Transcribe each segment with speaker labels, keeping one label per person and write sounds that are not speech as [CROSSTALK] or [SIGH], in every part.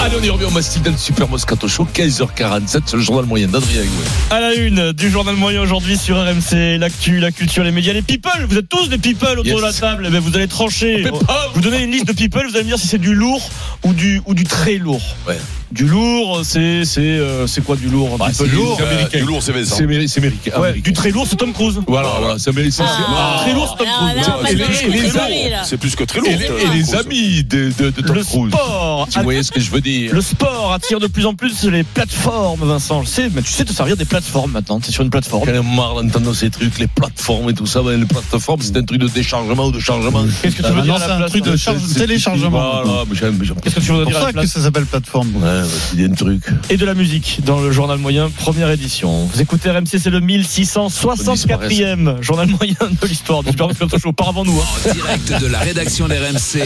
Speaker 1: Allez, on y revient au Mastic dans le Super Moscato Show, 15h47, c'est le journal moyen d'Adrien Gouet.
Speaker 2: À la une du journal moyen aujourd'hui sur RMC, l'actu, la culture, les médias, les people. Vous êtes tous des people autour
Speaker 1: Yes.
Speaker 2: de la table. Eh ben, vous allez trancher.
Speaker 1: On fait pas.
Speaker 2: Vous donnez une liste de people, vous allez me dire si c'est du lourd ou du, ou du très lourd.
Speaker 1: Ouais.
Speaker 2: Du lourd, c'est c'est euh, c'est quoi du lourd
Speaker 1: Bah,
Speaker 2: People
Speaker 1: c'est
Speaker 2: lourd,
Speaker 1: euh,
Speaker 2: américain.
Speaker 1: du lourd, c'est Vincent.
Speaker 2: C'est
Speaker 1: C'est américain. Ah,
Speaker 2: Ouais, du très lourd, c'est Tom Cruise.
Speaker 1: Voilà, voilà, c'est américain.
Speaker 2: Ah. Très lourd, Tom Cruise.
Speaker 1: là, on passe
Speaker 2: Et
Speaker 1: dans
Speaker 2: les-
Speaker 1: les
Speaker 2: les
Speaker 1: conneries,
Speaker 2: amis,
Speaker 3: C'est plus que très
Speaker 1: Et,
Speaker 3: lourd.
Speaker 1: les-
Speaker 3: Tom
Speaker 1: et les
Speaker 3: Cruise.
Speaker 1: amis de, de, de Tom
Speaker 2: le
Speaker 1: Cruise.
Speaker 2: sport.
Speaker 1: Si vous voyez ce que je veux dire.
Speaker 2: Le sport attire de plus en plus les plateformes, Vincent. Je sais, mais tu sais te servir des plateformes maintenant. C'est sur une plateforme.
Speaker 1: J'en ai marre d'entendre ces trucs, les plateformes et tout ça. Ben, les plateformes, c'est un truc de déchargement ou de chargement. Ah,
Speaker 2: Qu'est-ce que tu veux dire à la place, toi
Speaker 1: C'est- c'est- Voilà, mais j'aime j'aime pas.
Speaker 2: Qu'est-ce que tu veux dire à la place
Speaker 4: ça s'appelle plateforme.
Speaker 1: Ouais, bah, c'est un truc.
Speaker 2: et de la musique dans le journal moyen, première édition. Vous écoutez RMC, c'est le 1664e journal moyen de l'histoire du Super Moscato Show. Par avant nous, hein.
Speaker 5: En direct de la rédaction d'RMC,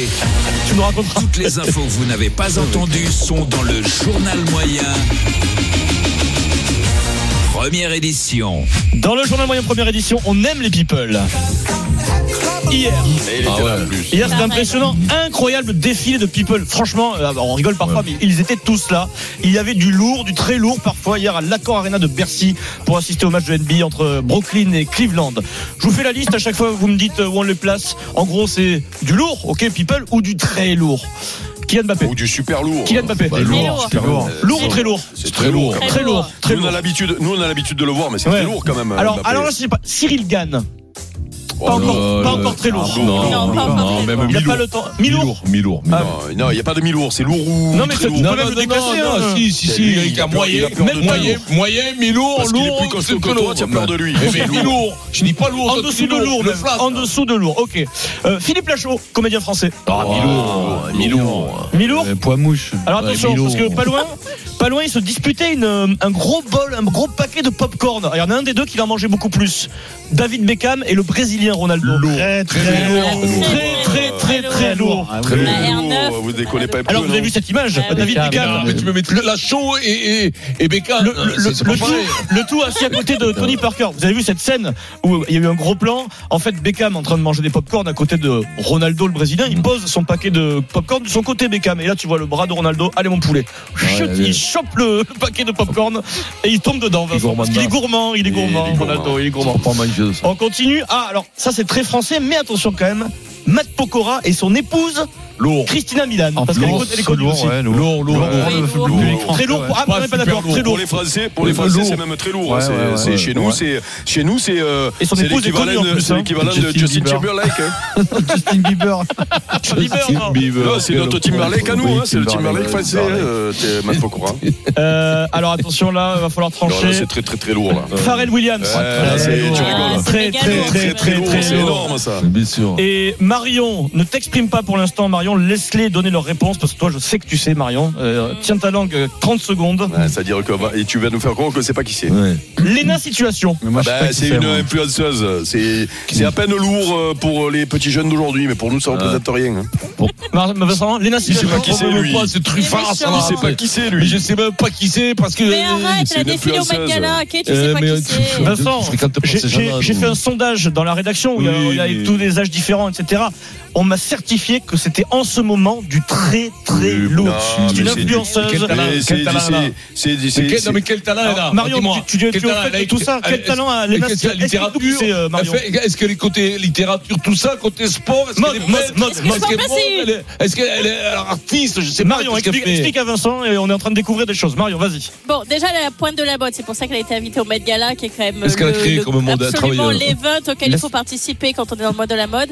Speaker 2: tu nous raconteras.
Speaker 5: toutes les infos que vous n'avez pas entendues sont dans le journal moyen. Première édition.
Speaker 2: Dans le journal moyen, première édition, on aime les people. Hier,
Speaker 3: Et il était
Speaker 1: Ah
Speaker 3: là
Speaker 1: ouais.
Speaker 3: en plus.
Speaker 2: hier c'était impressionnant, incroyable défilé de people. Franchement, euh, on rigole parfois, mais ils étaient tous là. Il y avait du lourd, du très lourd parfois hier à l'Accor Arena de Bercy pour assister au match de NBA entre Brooklyn et Cleveland. Je vous fais la liste à chaque fois, vous me dites euh, où on les place. En gros, c'est du lourd, ok, people, ou du très lourd. Kylian Mbappé.
Speaker 3: Ou du super lourd.
Speaker 2: Kylian Mbappé.
Speaker 1: Bah,
Speaker 6: lourd.
Speaker 1: super
Speaker 4: Lourd.
Speaker 1: Euh,
Speaker 2: Lourd ou très lourd
Speaker 3: C'est très lourd. quand même.
Speaker 2: Très lourd. Très
Speaker 3: Nous, on a
Speaker 2: lourd.
Speaker 3: l'habitude, nous, on a l'habitude de le voir, mais c'est
Speaker 2: Ouais.
Speaker 3: très lourd quand même.
Speaker 2: Alors,
Speaker 3: Mbappé.
Speaker 2: alors là, je sais pas. Cyril Gann.
Speaker 3: Oh,
Speaker 2: Pas
Speaker 3: non,
Speaker 2: encore,
Speaker 1: euh,
Speaker 2: pas encore très lourd.
Speaker 3: non,
Speaker 1: Non,
Speaker 6: Non, pas encore
Speaker 1: non,
Speaker 6: très
Speaker 1: même
Speaker 2: Il n'a
Speaker 1: mi-lourd.
Speaker 2: pas le temps. Milour.
Speaker 1: Mi-lourd, mi-lourd, mi-lourd.
Speaker 3: Non, il n'y a pas de mi-lourd, c'est lourd ou.
Speaker 2: Non, mais
Speaker 3: très
Speaker 2: ça-
Speaker 3: lourd.
Speaker 2: non, mais- non, non,
Speaker 1: si, si,
Speaker 3: c'est
Speaker 1: si,
Speaker 3: lui,
Speaker 1: Eric,
Speaker 3: il a
Speaker 1: à
Speaker 3: peur- il
Speaker 1: moyen,
Speaker 3: a peur de
Speaker 1: même
Speaker 3: toi.
Speaker 1: moyen, moyen, mi-lourd,
Speaker 3: Parce qu'il est
Speaker 1: lourd,
Speaker 3: plus costaud
Speaker 1: c'est
Speaker 3: que
Speaker 1: que
Speaker 3: toi,
Speaker 1: lourd.
Speaker 3: tu as peur de lui.
Speaker 1: Mais
Speaker 3: [LAUGHS]
Speaker 1: mi-lourd, je dis pas lourd,
Speaker 2: En
Speaker 1: toi, tu
Speaker 2: dessous
Speaker 1: dis
Speaker 2: de lourd,
Speaker 1: le
Speaker 2: le-
Speaker 1: flat.
Speaker 2: en dessous de lourd, ok. Euh, Philippe Lachaud, comédien français.
Speaker 1: Ah, Euh, mi-lourd, mi-lourd.
Speaker 2: Milour
Speaker 4: poids mouche.
Speaker 2: Alors
Speaker 1: Ouais,
Speaker 2: attention,
Speaker 1: Milour.
Speaker 2: parce que pas loin, pas loin, ils se disputaient une, euh, un gros bol, un gros paquet de popcorn. Il y en a un des deux qui en mangeait beaucoup plus. David Beckham et le Brésilien Ronaldo.
Speaker 4: Très,
Speaker 1: Très Ah, lourd.
Speaker 2: Très, très, très, très
Speaker 6: Très
Speaker 2: lourd.
Speaker 3: Très
Speaker 6: Bah, R9.
Speaker 3: lourd. euh, Vous déconnez pas. hein.
Speaker 2: Alors vous avez vu cette image,
Speaker 6: Ah,
Speaker 2: David
Speaker 4: Beckham.
Speaker 2: Beckham.
Speaker 1: Ah, mais tu me mets le- la show et, et, et Beckham.
Speaker 2: le, le-
Speaker 1: C'est- c'est
Speaker 2: le
Speaker 1: pas pareil.
Speaker 2: tout, le tout assis à côté de Tony Parker. Vous avez vu cette scène où il y a eu un gros plan. En fait, Beckham en train de manger des popcorn à côté de Ronaldo, le Brésilien. Il pose son paquet de popcorn de son côté, Beckham. Et là, tu vois le bras de Ronaldo. Allez, mon poulet. Chut,
Speaker 1: ouais.
Speaker 2: Il chope le, le paquet de popcorn et il tombe dedans. Vincent.
Speaker 1: gourmand
Speaker 2: Parce qu'il est gourmand, il est
Speaker 1: Il est
Speaker 2: gourmand,
Speaker 1: gourmand.
Speaker 2: Ronaldo, il est gourmand.
Speaker 1: C'est pas manger, ça.
Speaker 2: On continue. Ah, alors ça, c'est très français, mais attention quand même. Matt Pokora et son épouse
Speaker 1: Lourd.
Speaker 2: Christina Milan.
Speaker 1: Ah,
Speaker 2: Parce qu'elle est
Speaker 4: lourd,
Speaker 2: connue- elle est connue aussi.
Speaker 1: Lourd, lourd,
Speaker 4: Lourd,
Speaker 1: lourd.
Speaker 4: lourd,
Speaker 6: lourd.
Speaker 4: lourd.
Speaker 1: Lourd.
Speaker 4: Lourd.
Speaker 2: Très lourd. pour- Ah,
Speaker 1: Pas
Speaker 2: on n'est pas
Speaker 1: super
Speaker 2: d'accord.
Speaker 1: lourd.
Speaker 2: Très
Speaker 3: Pour
Speaker 2: lourd.
Speaker 3: les Français, pour les
Speaker 4: Ouais,
Speaker 3: Français,
Speaker 4: lourd.
Speaker 3: c'est même très lourd.
Speaker 4: Ouais,
Speaker 3: hein, c'est-
Speaker 4: ouais,
Speaker 3: c'est
Speaker 4: ouais,
Speaker 3: chez
Speaker 4: ouais.
Speaker 3: nous, c'est chez nous, c'est euh,
Speaker 2: Et son
Speaker 3: c'est
Speaker 2: épouse est
Speaker 3: l'équivalent
Speaker 2: connue en
Speaker 3: de
Speaker 2: plus,
Speaker 3: c'est
Speaker 2: hein.
Speaker 3: l'équivalent de
Speaker 4: Justin
Speaker 3: Justin
Speaker 4: Bieber.
Speaker 3: Timberlake. hein.
Speaker 4: Justin Bieber.
Speaker 2: Bieber, non
Speaker 3: Non, c'est notre Timberlake à nous, hein,
Speaker 4: Oui,
Speaker 3: c'est le Timberlake
Speaker 4: Timberlake,
Speaker 3: français, euh, t'es Matt Pokora.
Speaker 2: Euh, alors attention là, va falloir
Speaker 3: Non, là,
Speaker 2: trancher.
Speaker 3: c'est très très très lourd là.
Speaker 2: Pharrell Williams.
Speaker 3: Ouais, là, c'est- tu
Speaker 2: Très,
Speaker 6: C'est
Speaker 3: rigoles.
Speaker 2: très,
Speaker 6: méga
Speaker 2: très,
Speaker 6: lourd.
Speaker 2: très,
Speaker 3: lourd,
Speaker 2: très
Speaker 3: c'est
Speaker 2: lourd.
Speaker 3: énorme hein. ça.
Speaker 1: Bien sûr.
Speaker 2: Et Marion, ne t'exprime pas pour l'instant, Marion. Laisse-les donner leur réponse parce que toi, je sais que tu sais, Marion. Euh, tiens ta langue euh, 30 secondes.
Speaker 3: Ouais, C'est-à-dire que va- et tu vas nous faire croire que c'est pas qui c'est.
Speaker 1: Ouais.
Speaker 2: Léna, situation.
Speaker 4: Mais moi, Ah, je sais
Speaker 3: Bah,
Speaker 4: pas qui
Speaker 3: c'est une influenceuse. C'est c'est à peine lourd euh, pour les petits jeunes d'aujourd'hui, mais pour nous
Speaker 4: Ah.
Speaker 3: ça représente rien. hein.
Speaker 2: Mar- Vincent, Léna,
Speaker 3: Il sait
Speaker 2: situation.
Speaker 3: pas qui c'est
Speaker 1: Reprends-le
Speaker 3: lui.
Speaker 1: pas, c'est
Speaker 6: Mais
Speaker 1: Truffard, ça va.
Speaker 6: méchant.
Speaker 3: Il sait pas qui c'est
Speaker 1: Mais
Speaker 3: lui.
Speaker 1: je sais même pas qui c'est parce que.
Speaker 6: Mais arrête,
Speaker 3: c'est
Speaker 6: la
Speaker 3: une
Speaker 6: défilé au Met
Speaker 3: influenceuse.
Speaker 6: Gala, ok, tu sais
Speaker 1: Euh,
Speaker 6: pas
Speaker 1: mais,
Speaker 6: qui c'est.
Speaker 1: euh,
Speaker 2: Vincent,
Speaker 1: Je fréquente pas
Speaker 2: J'ai-
Speaker 1: ces
Speaker 2: J'ai
Speaker 1: gens-là,
Speaker 2: j'ai
Speaker 1: donc.
Speaker 2: fait un sondage dans la rédaction où il y a-
Speaker 1: Oui,
Speaker 2: il y a
Speaker 1: mais-
Speaker 2: tous les âges différents, etc. On m'a certifié que c'était en ce moment du très très
Speaker 1: Oui,
Speaker 2: lourd.
Speaker 3: non,
Speaker 2: C'est
Speaker 3: mais
Speaker 2: une
Speaker 3: c'est du-
Speaker 2: influenceuse.
Speaker 1: quel talent,
Speaker 3: Mais c'est-
Speaker 1: quel talent,
Speaker 3: c'est-
Speaker 1: là.
Speaker 3: c'est-
Speaker 1: Mais
Speaker 3: c'est-
Speaker 1: quel- Non, mais
Speaker 3: c'est-
Speaker 1: quel talent elle a
Speaker 2: Marion,
Speaker 1: Dis-moi.
Speaker 2: tu, tu, tu,
Speaker 1: Quel
Speaker 2: tu es au
Speaker 1: talent
Speaker 2: fait
Speaker 1: elle a
Speaker 2: de tout ça. Quel
Speaker 1: Est-ce-
Speaker 2: talent a Léna
Speaker 1: Est-ce que la littérature
Speaker 2: c'est euh, Marion
Speaker 1: elle fait- Est-ce que les côtés littérature, tout ça, côté sport, est-ce
Speaker 2: Mode,
Speaker 1: qu'elle est
Speaker 2: mode,
Speaker 1: belle
Speaker 2: mode,
Speaker 1: Est-ce
Speaker 2: mode.
Speaker 1: qu'elle est
Speaker 6: Laisse-moi
Speaker 1: bonne
Speaker 6: passer.
Speaker 1: Elle est- Est-ce qu'elle elle est alors, artiste Je sais pas.
Speaker 2: Marion,
Speaker 1: qu'est-ce qu'elle
Speaker 2: explique,
Speaker 1: fait.
Speaker 2: explique à Vincent et on est en train de découvrir des choses. Marion, vas-y.
Speaker 6: Bon, déjà, elle a la pointe de la botte. C'est pour ça qu'elle a été invitée au Met Gala, qui est quand même.
Speaker 1: Est-ce qu'elle a
Speaker 6: le-
Speaker 1: créé
Speaker 6: le-
Speaker 1: comme mode-
Speaker 6: Absolument,
Speaker 1: travailleuse
Speaker 6: l'event auquel il
Speaker 4: Laisse-
Speaker 6: faut participer quand on est dans le mois de la mode.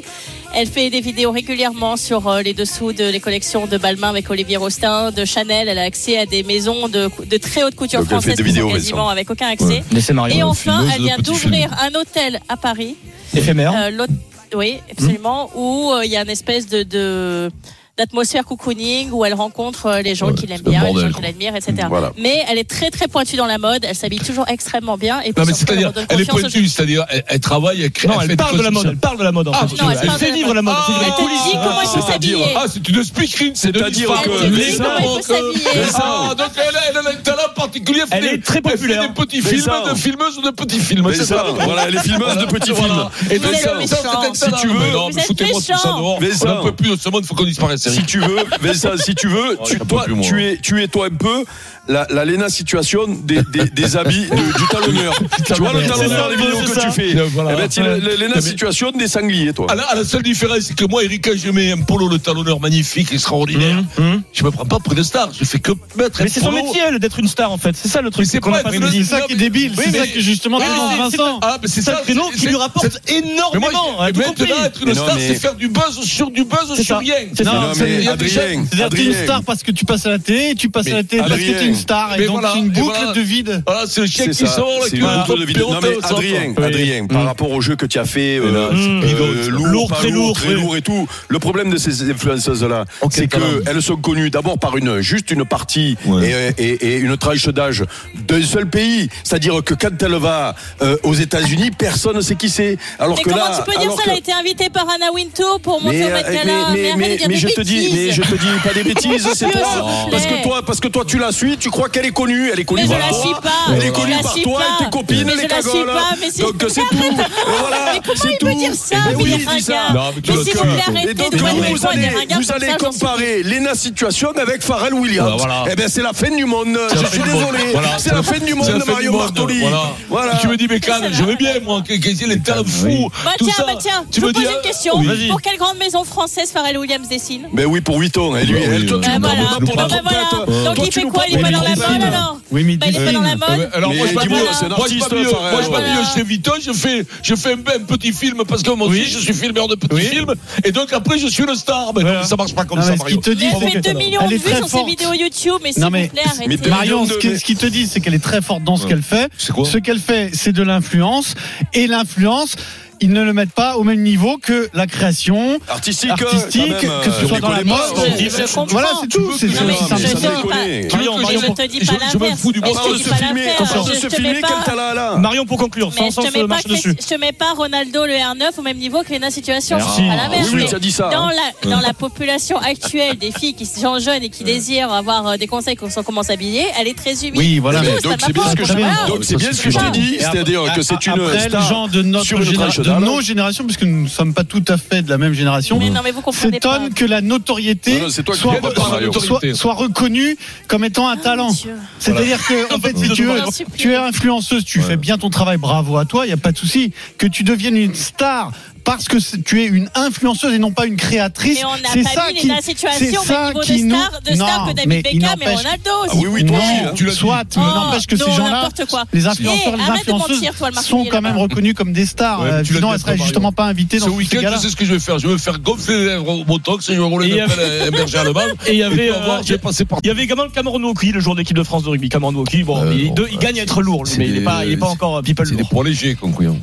Speaker 6: Elle fait des vidéos régulièrement sur euh, les dessous de les collections de Balmain avec Olivier Rostin, de Chanel. Elle a accès à des maisons de, cou- de très haute couture
Speaker 3: Donc, elle fait
Speaker 6: française
Speaker 3: des
Speaker 6: qui sont
Speaker 3: vidéos,
Speaker 6: quasiment
Speaker 3: Vincent.
Speaker 6: avec aucun accès.
Speaker 2: Mais c'est Marion.
Speaker 6: Et
Speaker 1: en-
Speaker 6: enfin,
Speaker 1: fumeuse
Speaker 6: elle
Speaker 1: de
Speaker 6: vient
Speaker 1: petits
Speaker 6: d'ouvrir un hôtel à Paris,
Speaker 2: Éphémère.
Speaker 6: euh, l'hôte- oui, absolument,
Speaker 3: Hmm.
Speaker 6: où euh, il y a une espèce de, de- d'atmosphère cocooning où elle rencontre euh, les gens
Speaker 1: Ouais,
Speaker 6: qui l'aiment
Speaker 1: c'est le
Speaker 6: bien, les
Speaker 1: bordel,
Speaker 6: gens qui
Speaker 1: quoi.
Speaker 6: l'admirent, etc.
Speaker 3: Hmm, Voilà.
Speaker 6: Mais elle est très très pointue dans la mode, elle s'habille toujours extrêmement bien et puis
Speaker 1: Non, mais
Speaker 6: surtout,
Speaker 1: c'est-à-dire,
Speaker 6: elle redonne
Speaker 1: elle est
Speaker 6: confiance aux gens.
Speaker 1: pointue, c'est-à-dire, elle, elle travaille, elle crée.
Speaker 2: Non,
Speaker 1: fait
Speaker 2: elle
Speaker 1: des
Speaker 2: parle de la
Speaker 1: choses
Speaker 2: mode. Elle
Speaker 1: sociales.
Speaker 2: parle de la mode. en
Speaker 1: Ah,
Speaker 2: fait.
Speaker 6: non, elle
Speaker 2: Elle
Speaker 6: parle
Speaker 2: fait
Speaker 6: de la
Speaker 2: vivre
Speaker 6: mode.
Speaker 2: la mode. C'est
Speaker 6: Elle
Speaker 2: vrai.
Speaker 6: te dit comment il faut
Speaker 3: c'est-à-dire-
Speaker 6: s'habiller.
Speaker 1: Ah, c'est une speakerine, c'est de
Speaker 3: C'est-à-dire
Speaker 1: l'histoire.
Speaker 3: que-
Speaker 1: Elle te dit
Speaker 2: Mais ça,
Speaker 1: comment
Speaker 6: il
Speaker 3: euh,
Speaker 6: faut
Speaker 1: que-
Speaker 6: s'habiller.
Speaker 1: Mais ça, donc elle a, elle a un talent particulier.
Speaker 2: Elle
Speaker 1: fait
Speaker 2: est
Speaker 1: des-
Speaker 2: très populaire.
Speaker 1: Elle fait des petits
Speaker 3: Mais
Speaker 1: films,
Speaker 3: ça.
Speaker 1: de filmeuses ou de petits films.
Speaker 3: Mais
Speaker 1: C'est
Speaker 3: ça,
Speaker 1: ça.
Speaker 3: voilà, elle est filmeuse de petits films.
Speaker 1: Voilà. Et
Speaker 6: Vous
Speaker 1: donc,
Speaker 6: êtes
Speaker 1: ça,
Speaker 6: méchants.
Speaker 1: ça, c'est un
Speaker 3: Si tu
Speaker 1: talent.
Speaker 3: veux,
Speaker 1: Mais non,
Speaker 6: vous
Speaker 1: mais
Speaker 6: êtes
Speaker 1: foutez-moi tout ça
Speaker 6: méchants.
Speaker 1: dehors.
Speaker 3: Mais
Speaker 1: On
Speaker 3: ça.
Speaker 1: n'en peut plus de ce monde, il faut qu'on disparaisse. c'est
Speaker 3: Si
Speaker 1: vrai.
Speaker 3: tu veux, mais ça, si tu veux,
Speaker 1: Oh,
Speaker 3: tu,
Speaker 1: j'en peux
Speaker 3: toi,
Speaker 1: plus, moi.
Speaker 3: tu es, tu es toi un peu la, la Lena situation des, des, des habits du, du talonneur. tu vois le
Speaker 1: C'est
Speaker 3: talonneur,
Speaker 2: ça,
Speaker 3: les vidéos
Speaker 2: c'est
Speaker 3: que
Speaker 2: ça.
Speaker 3: tu fais.
Speaker 1: Et voilà.
Speaker 3: Eh ben, tu es
Speaker 1: Ouais.
Speaker 3: la- la Lena
Speaker 1: Mais-
Speaker 3: situation des sangliers, toi.
Speaker 1: Ah, là, la seule différence, c'est que moi, Erika, je mets un polo, le talonneur magnifique, extraordinaire.
Speaker 3: Hmm.
Speaker 2: Hum.
Speaker 1: Je me prends pas pour une star, je fais que mettre un
Speaker 2: Mais c'est son
Speaker 1: polo.
Speaker 2: métier, elle, d'être une star, en fait. C'est ça le truc.
Speaker 1: Mais c'est
Speaker 2: qu'on
Speaker 1: pas
Speaker 2: a
Speaker 1: être une-
Speaker 2: compris.
Speaker 1: C'est ça qui est débile,
Speaker 2: Oui,
Speaker 1: c'est
Speaker 2: mais-
Speaker 1: ça que
Speaker 2: Oui,
Speaker 1: que
Speaker 2: mais
Speaker 1: demande
Speaker 2: c'est- c'est
Speaker 1: Vincent.
Speaker 2: pas-
Speaker 1: Ah, mais c'est
Speaker 2: C'est
Speaker 1: ça,
Speaker 2: un créneau
Speaker 1: c'est-
Speaker 2: qui lui
Speaker 1: c'est-
Speaker 2: rapporte
Speaker 1: Mais moi,
Speaker 2: énormément.
Speaker 1: j'ai-
Speaker 2: elle a tout compris.
Speaker 1: maintenant, être une
Speaker 3: Mais non,
Speaker 1: star,
Speaker 3: mais-
Speaker 1: c'est faire du buzz sur du buzz
Speaker 2: C'est
Speaker 1: sur
Speaker 2: ça.
Speaker 1: rien.
Speaker 2: C'est ça.
Speaker 3: non, mais Adrien, Adrien,
Speaker 4: parce que tu passes à la télé, tu passes
Speaker 1: Mais
Speaker 4: à la télé parce que
Speaker 3: Adrien.
Speaker 4: t'es une star et
Speaker 1: Mais
Speaker 4: donc
Speaker 1: voilà,
Speaker 4: c'est une
Speaker 1: et
Speaker 4: boucle
Speaker 1: voilà.
Speaker 4: de vide.
Speaker 1: Voilà, c'est le chien
Speaker 3: c'est
Speaker 1: qui
Speaker 3: ça,
Speaker 1: sort, là,
Speaker 3: c'est
Speaker 1: qui
Speaker 3: une boucle de vidéo. Non mais
Speaker 1: au centre.
Speaker 3: Adrien,
Speaker 2: Oui.
Speaker 3: Adrien, par rapport au jeu que tu as fait,
Speaker 1: Mais
Speaker 3: euh,
Speaker 1: là, mmh. c'est
Speaker 3: euh,
Speaker 1: bigote.
Speaker 3: lourd,
Speaker 2: Lourd,
Speaker 3: pas
Speaker 2: très
Speaker 3: lourd,
Speaker 2: lourd,
Speaker 3: très
Speaker 2: oui.
Speaker 3: lourd et tout. Le problème de ces influenceuses là,
Speaker 1: Ok,
Speaker 3: c'est
Speaker 1: talent.
Speaker 3: que elles sont connues d'abord par une juste une partie
Speaker 1: Ouais.
Speaker 3: et, et- et une tranche d'âge d'un seul pays. C'est-à-dire que quand elle va euh, aux États-Unis, personne ne sait qui c'est. Alors
Speaker 6: Mais
Speaker 3: que
Speaker 6: comment
Speaker 3: là,
Speaker 6: tu peux dire
Speaker 3: alors
Speaker 6: ça
Speaker 3: que-
Speaker 6: Elle a été invitée par Anna Wintour pour monter
Speaker 3: mais,
Speaker 6: au Met
Speaker 3: euh,
Speaker 6: Gala.
Speaker 3: mais, mais,
Speaker 6: arrête de
Speaker 3: mais,
Speaker 6: dire
Speaker 3: mais
Speaker 6: des
Speaker 3: je te dis, mais
Speaker 6: bêtises.
Speaker 3: je te dis pas des bêtises, c'est
Speaker 6: Monsieur,
Speaker 3: toi.
Speaker 6: s'il vous
Speaker 3: Parce que
Speaker 6: plaît.
Speaker 3: toi, parce que toi, tu la suis, tu crois qu'elle est connue, elle est connue
Speaker 6: Mais je
Speaker 3: par
Speaker 6: la
Speaker 3: toi,
Speaker 6: suis pas.
Speaker 3: elle
Speaker 6: Je
Speaker 3: est connue
Speaker 6: la
Speaker 3: par
Speaker 6: suis
Speaker 3: toi,
Speaker 6: pas.
Speaker 3: et tes copines,
Speaker 6: Mais
Speaker 3: les
Speaker 6: je la suis
Speaker 3: cagoles.
Speaker 6: pas, mais c'est-
Speaker 3: Donc c'est tout. Et voilà,
Speaker 6: Mais comment
Speaker 3: Ah, c'est
Speaker 6: il
Speaker 3: tout.
Speaker 6: peut dire ça,
Speaker 3: Et
Speaker 6: mais
Speaker 3: oui,
Speaker 6: il est
Speaker 3: il dit ça.
Speaker 6: ringard. Mais
Speaker 3: Donc,
Speaker 6: s'il vous plaît, arrêtez
Speaker 3: et donc,
Speaker 6: de
Speaker 3: vous,
Speaker 6: jouer
Speaker 3: vous
Speaker 6: avec moi,
Speaker 3: allez,
Speaker 6: des ringards
Speaker 3: vous
Speaker 6: comme
Speaker 3: allez
Speaker 6: ça, j'en suis
Speaker 3: comparer Lena Situation avec Pharrell Williams.
Speaker 1: Voilà, voilà.
Speaker 3: Eh ben c'est la fin du monde.
Speaker 1: C'est la
Speaker 3: Je
Speaker 1: fin
Speaker 3: suis
Speaker 1: du monde.
Speaker 3: désolé.
Speaker 1: Voilà,
Speaker 3: C'est la fin du
Speaker 1: C'est
Speaker 3: monde
Speaker 1: la
Speaker 3: de
Speaker 1: fin
Speaker 3: Mario
Speaker 1: monde,
Speaker 3: Bartoli.
Speaker 1: Voilà.
Speaker 3: Voilà.
Speaker 1: Tu me dis, mais Cannes, je veux bien, moi, que- que j'ai les talents fous.
Speaker 6: Bah
Speaker 1: tout
Speaker 6: tiens,
Speaker 1: ça.
Speaker 6: bah tiens,
Speaker 1: Tu me
Speaker 6: je vous pose
Speaker 1: dis,
Speaker 6: une
Speaker 1: ah,
Speaker 6: question.
Speaker 1: oui.
Speaker 6: Pour quelle grande maison française Pharrell Williams dessine
Speaker 3: Mais oui, pour 8 ans. Et lui,
Speaker 1: Bah oui,
Speaker 3: elle, toi, tu
Speaker 6: Bah
Speaker 3: nous
Speaker 6: voilà.
Speaker 3: prends pas pour
Speaker 6: Bah
Speaker 3: la
Speaker 6: bah voilà.
Speaker 3: trompette.
Speaker 6: Donc
Speaker 3: Toi,
Speaker 6: il
Speaker 3: tu
Speaker 6: fait
Speaker 3: nous
Speaker 6: quoi
Speaker 3: prends
Speaker 6: Il est pas dans la
Speaker 3: pour une
Speaker 6: mode
Speaker 3: trompette.
Speaker 6: alors
Speaker 4: Oui, mais
Speaker 6: Bah il est pas
Speaker 4: dis-le.
Speaker 6: dans la
Speaker 1: Ah
Speaker 2: Euh,
Speaker 1: ouais,
Speaker 6: mode
Speaker 1: Alors,
Speaker 3: Mais
Speaker 1: moi, je
Speaker 3: dis-moi,
Speaker 1: m'habille-
Speaker 3: c'est un
Speaker 1: moi, je
Speaker 3: artiste,
Speaker 1: m'habille-
Speaker 3: Pharrell.
Speaker 1: moi, je m'habille
Speaker 6: Voilà.
Speaker 1: chez Vuitton, je fais, je fais un, un petit film parce que moi aussi, je suis filmeur de petits films. Et donc, après, je suis le star. Mais
Speaker 4: Voilà.
Speaker 1: non, ça marche pas comme
Speaker 4: Non,
Speaker 1: ça,
Speaker 4: mais ce
Speaker 1: Mario.
Speaker 4: qu'il te dit,
Speaker 6: Il a
Speaker 4: c'est
Speaker 6: fait
Speaker 4: qu'elle-
Speaker 6: 2 millions
Speaker 4: elle
Speaker 6: de
Speaker 4: est
Speaker 6: vues
Speaker 4: très
Speaker 6: sur ses
Speaker 4: forte.
Speaker 6: vidéos YouTube, mais s'il
Speaker 4: Non,
Speaker 6: vous
Speaker 4: mais-
Speaker 6: plaît, arrêtez.
Speaker 3: mais-
Speaker 4: Marion,
Speaker 3: de-
Speaker 4: ce qui-
Speaker 3: mais-
Speaker 4: ce qu'ils te disent, c'est qu'elle est très forte dans ce qu'elle fait.
Speaker 1: C'est quoi
Speaker 4: Ce qu'elle fait, c'est de l'influence. Et l'influence, ils ne le mettent pas au même niveau que la création
Speaker 3: Artistique,
Speaker 4: artistique,
Speaker 3: quand même,
Speaker 4: que
Speaker 3: on
Speaker 4: ce soit dans la
Speaker 3: déconne
Speaker 4: mode.
Speaker 3: pas,
Speaker 6: Je-
Speaker 3: on dit-
Speaker 6: je comprends.
Speaker 4: Voilà, c'est tout. C'est
Speaker 6: Non,
Speaker 4: c'est
Speaker 6: mais
Speaker 4: c'est
Speaker 3: ça
Speaker 6: je
Speaker 4: simple.
Speaker 6: te
Speaker 3: me
Speaker 6: dis
Speaker 3: déconne.
Speaker 6: pas-
Speaker 2: Marion,
Speaker 6: je
Speaker 2: Marion,
Speaker 6: ne te dis
Speaker 1: je-
Speaker 6: pas
Speaker 1: je m'en
Speaker 6: l'inverse.
Speaker 1: fous du
Speaker 6: Je te
Speaker 1: bord
Speaker 3: Parle de
Speaker 6: dis
Speaker 3: se
Speaker 6: pas
Speaker 3: filmer,
Speaker 6: l'inverse.
Speaker 3: parle de
Speaker 6: Je te
Speaker 3: se
Speaker 6: mets
Speaker 3: filmer
Speaker 6: pas-
Speaker 3: comme t'as là, là.
Speaker 2: Marion, pour conclure,
Speaker 6: Mais
Speaker 2: sans
Speaker 6: je te,
Speaker 2: sens,
Speaker 6: mets pas
Speaker 2: marche dessus.
Speaker 6: Chris- je te mets pas Ronaldo le R9 au même niveau que Lena Situation.
Speaker 2: Merci.
Speaker 6: À l'inverse,
Speaker 3: Ah Oui, oui,
Speaker 6: mais
Speaker 3: t'as dit ça,
Speaker 6: Dans,
Speaker 3: hein.
Speaker 6: la, dans la population actuelle des filles qui sont jeunes et qui
Speaker 4: Hein.
Speaker 6: désirent avoir euh, des conseils sur comment s'habiller, elle est très humide.
Speaker 4: Oui, voilà.
Speaker 6: Tout,
Speaker 4: Mais
Speaker 6: ça
Speaker 3: donc
Speaker 6: m'a
Speaker 3: c'est bien
Speaker 6: pas-
Speaker 3: ce que je
Speaker 6: voilà.
Speaker 3: dis. Donc c'est bien ce que je te dis,
Speaker 4: Et après-
Speaker 3: c'est-à-dire que c'est une
Speaker 4: après, les
Speaker 3: star
Speaker 4: gens de
Speaker 3: sur
Speaker 4: notre
Speaker 3: une
Speaker 4: génération,
Speaker 3: tranche d'âge.
Speaker 4: de nos générations, puisque nous ne sommes pas tout à fait de la même génération,
Speaker 6: Mais non, mais vous comprenez pas.
Speaker 4: s'étonnent que la notoriété
Speaker 3: Non, non, c'est toi qui
Speaker 4: soit,
Speaker 3: comprends pas,
Speaker 4: soit-
Speaker 3: Mario.
Speaker 4: soit- soit reconnue comme étant
Speaker 6: Ah,
Speaker 4: un talent.
Speaker 6: Dieu.
Speaker 4: C'est-à-dire que, en fait, si tu, veux,
Speaker 6: J'en supplie.
Speaker 4: tu es influenceuse, tu fais bien ton travail, bravo à toi, il n'y a pas de souci. Que tu deviennes une star parce que c'est- tu es une influenceuse et non pas une créatrice,
Speaker 6: Mais on
Speaker 4: c'est
Speaker 6: n'a
Speaker 4: ça
Speaker 6: pas mis
Speaker 4: qui,
Speaker 6: la
Speaker 4: c'est
Speaker 6: situation au
Speaker 4: ça
Speaker 6: même niveau
Speaker 4: qui
Speaker 6: de
Speaker 4: nous,
Speaker 6: star, de star
Speaker 4: non,
Speaker 6: que
Speaker 4: mais
Speaker 6: David Beckham
Speaker 4: il
Speaker 6: et
Speaker 4: n'empêche-
Speaker 6: Ronaldo.
Speaker 3: Ah oui, oui, toi aussi.
Speaker 4: non,
Speaker 3: hein.
Speaker 1: tu l'as dit.
Speaker 4: soit, mais
Speaker 6: Oh,
Speaker 4: n'empêche que ces
Speaker 6: non,
Speaker 4: gens-là,
Speaker 6: n'importe quoi.
Speaker 4: les influenceurs,
Speaker 6: Eh,
Speaker 4: les
Speaker 6: arrête de
Speaker 4: influenceuses
Speaker 6: mentir, toi, le
Speaker 4: sont
Speaker 6: Marseillais,
Speaker 4: quand même
Speaker 6: là-bas.
Speaker 4: reconnus comme des stars.
Speaker 1: Ouais, mais
Speaker 4: euh,
Speaker 1: tu l'as
Speaker 4: sinon,
Speaker 1: dit
Speaker 4: elles seraient
Speaker 1: après,
Speaker 4: justement pas invitées
Speaker 1: Ce
Speaker 4: dans ces
Speaker 1: week-end,
Speaker 4: gars-là.
Speaker 1: je sais ce que je vais faire. Je vais me faire gonfler les lèvres au botox et je vais rouler
Speaker 2: Et il y
Speaker 1: une
Speaker 2: a-
Speaker 1: pelle berger allemand.
Speaker 2: Et il y avait,
Speaker 1: tu vas voir,
Speaker 2: euh,
Speaker 1: je vais passer par.
Speaker 2: Il y avait également le Cameroun Wauki, le joueur d'équipe de France de rugby. Cameroun Wauki, bon,
Speaker 1: Euh,
Speaker 2: il,
Speaker 1: bon,
Speaker 2: deux- il
Speaker 1: ouais,
Speaker 2: gagne à être lourd, lui,
Speaker 1: c'est
Speaker 2: mais il n'est
Speaker 1: des-
Speaker 2: pas, il est pas encore euh, people
Speaker 1: C'est des
Speaker 2: lourd.
Speaker 1: poids légers, concluant.